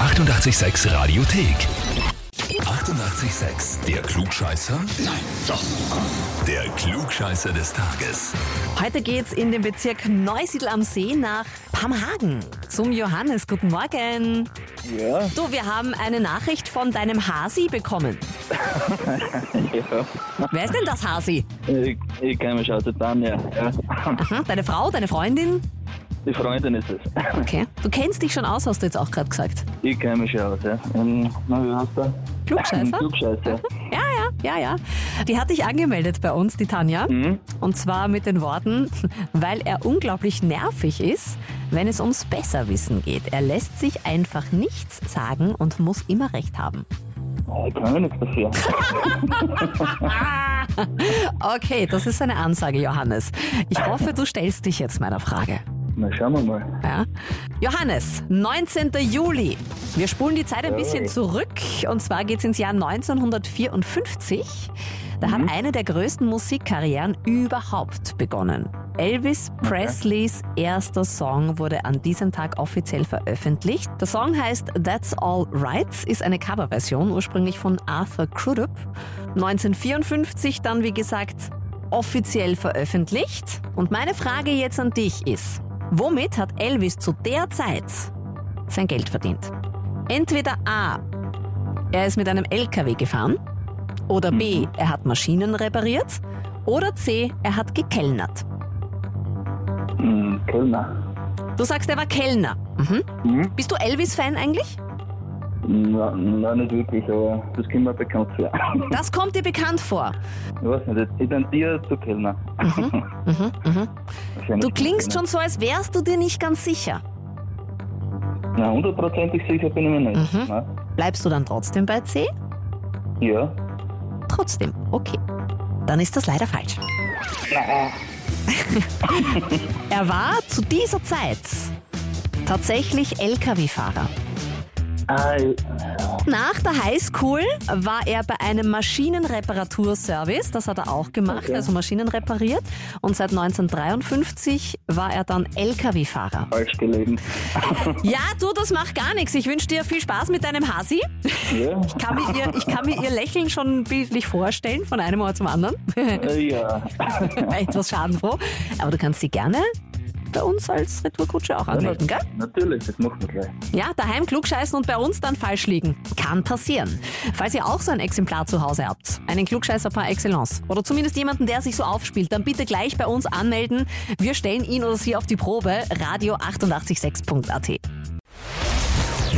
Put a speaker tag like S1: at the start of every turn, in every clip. S1: 886 Radiothek. 88,6. Der Klugscheißer? Nein, doch. Der Klugscheißer des Tages.
S2: Heute geht's in den Bezirk Neusiedl am See nach Pamhagen zum Johannes. Guten Morgen.
S3: Ja,
S2: Du, wir haben eine Nachricht von deinem Hasi bekommen.
S3: ja.
S2: Wer ist denn das Hasi?
S3: Ich, ich kenne mich aus der Tanja. Ja.
S2: Aha, deine Frau, deine Freundin?
S3: Die Freundin ist es.
S2: Okay. Du kennst dich schon aus, hast du jetzt auch gerade gesagt.
S3: Ich kenne mich aus, ja. Ähm, na, wie heißt der?
S2: Klugscheißer?
S3: Klugscheißer.
S2: Ja, ja, ja, ja. Die hat dich angemeldet bei uns, die Tanja. Und zwar mit den Worten, weil er unglaublich nervig ist, wenn es ums Besserwissen geht. Er lässt sich einfach nichts sagen und muss immer recht haben.
S3: Ah, Ich kann ja nichts dafür.
S2: Okay, das ist eine Ansage, Johannes. Ich hoffe, du stellst dich jetzt meiner Frage.
S3: Na, schauen wir mal.
S2: Ja. Johannes, 19. Juli. Wir spulen die Zeit ein bisschen
S3: Jawohl.
S2: zurück. Und zwar geht's ins Jahr 1954. Da hat eine der größten Musikkarrieren überhaupt begonnen. Elvis Presleys erster Song wurde an diesem Tag offiziell veröffentlicht. Der Song heißt That's All Right, ist eine Coverversion, ursprünglich von Arthur Crudup. 1954 dann, wie gesagt, offiziell veröffentlicht. Und meine Frage jetzt an dich ist, womit hat Elvis zu der Zeit sein Geld verdient? Entweder A, er ist mit einem LKW gefahren, oder B, er hat Maschinen repariert, oder C, er hat gekellnert.
S3: Hm, Kölner.
S2: Du sagst, er war Kellner. Mhm.
S3: Mhm.
S2: Bist du Elvis-Fan eigentlich?
S3: Na, na, nicht wirklich, aber das kommt mir bekannt vor. Ich
S2: Das kommt dir bekannt vor.
S3: weiß nicht, ich tendiere zu Kölner.
S2: Mhm, mhm.
S3: Wahrscheinlich
S2: Du
S3: zu
S2: klingst
S3: Kölner.
S2: schon so, als wärst du dir nicht ganz sicher.
S3: Na, hundertprozentig sicher bin ich mir nicht.
S2: Mhm.
S3: Na,
S2: Bleibst du dann trotzdem bei C?
S3: ja.
S2: Trotzdem, okay. Dann ist das leider falsch. er war zu dieser Zeit tatsächlich Lkw-Fahrer.
S3: Ah, ich-
S2: Nach der Highschool war er bei einem Maschinenreparaturservice, das hat er auch gemacht,
S3: Okay.
S2: also Maschinen repariert. Und seit 1953 war er dann Lkw-Fahrer.
S3: falsch gelegen.
S2: Ja, du, das macht gar nichts. Ich wünsche dir viel Spaß mit deinem Hasi.
S3: Ja?
S2: Kann mir ihr, ich kann mir ihr Lächeln schon bildlich vorstellen, von einem Ort zum anderen.
S3: Äh, Ja.
S2: etwas schadenfroh. Aber du kannst sie gerne bei uns als Retourkutsche auch anmelden, gell?
S3: Natürlich, das machen wir gleich.
S2: Ja, daheim klugscheißen und bei uns dann falsch liegen. Kann passieren. Falls ihr auch so ein Exemplar zu Hause habt, einen Klugscheißer par excellence oder zumindest jemanden, der sich so aufspielt, dann bitte gleich bei uns anmelden. Wir stellen ihn oder sie auf die Probe. Radio 886.at.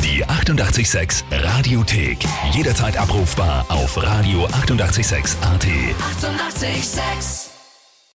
S1: Die 88,6 Radiothek. Jederzeit abrufbar auf radio886.at. 88,6.
S4: Eighty-eight, sex.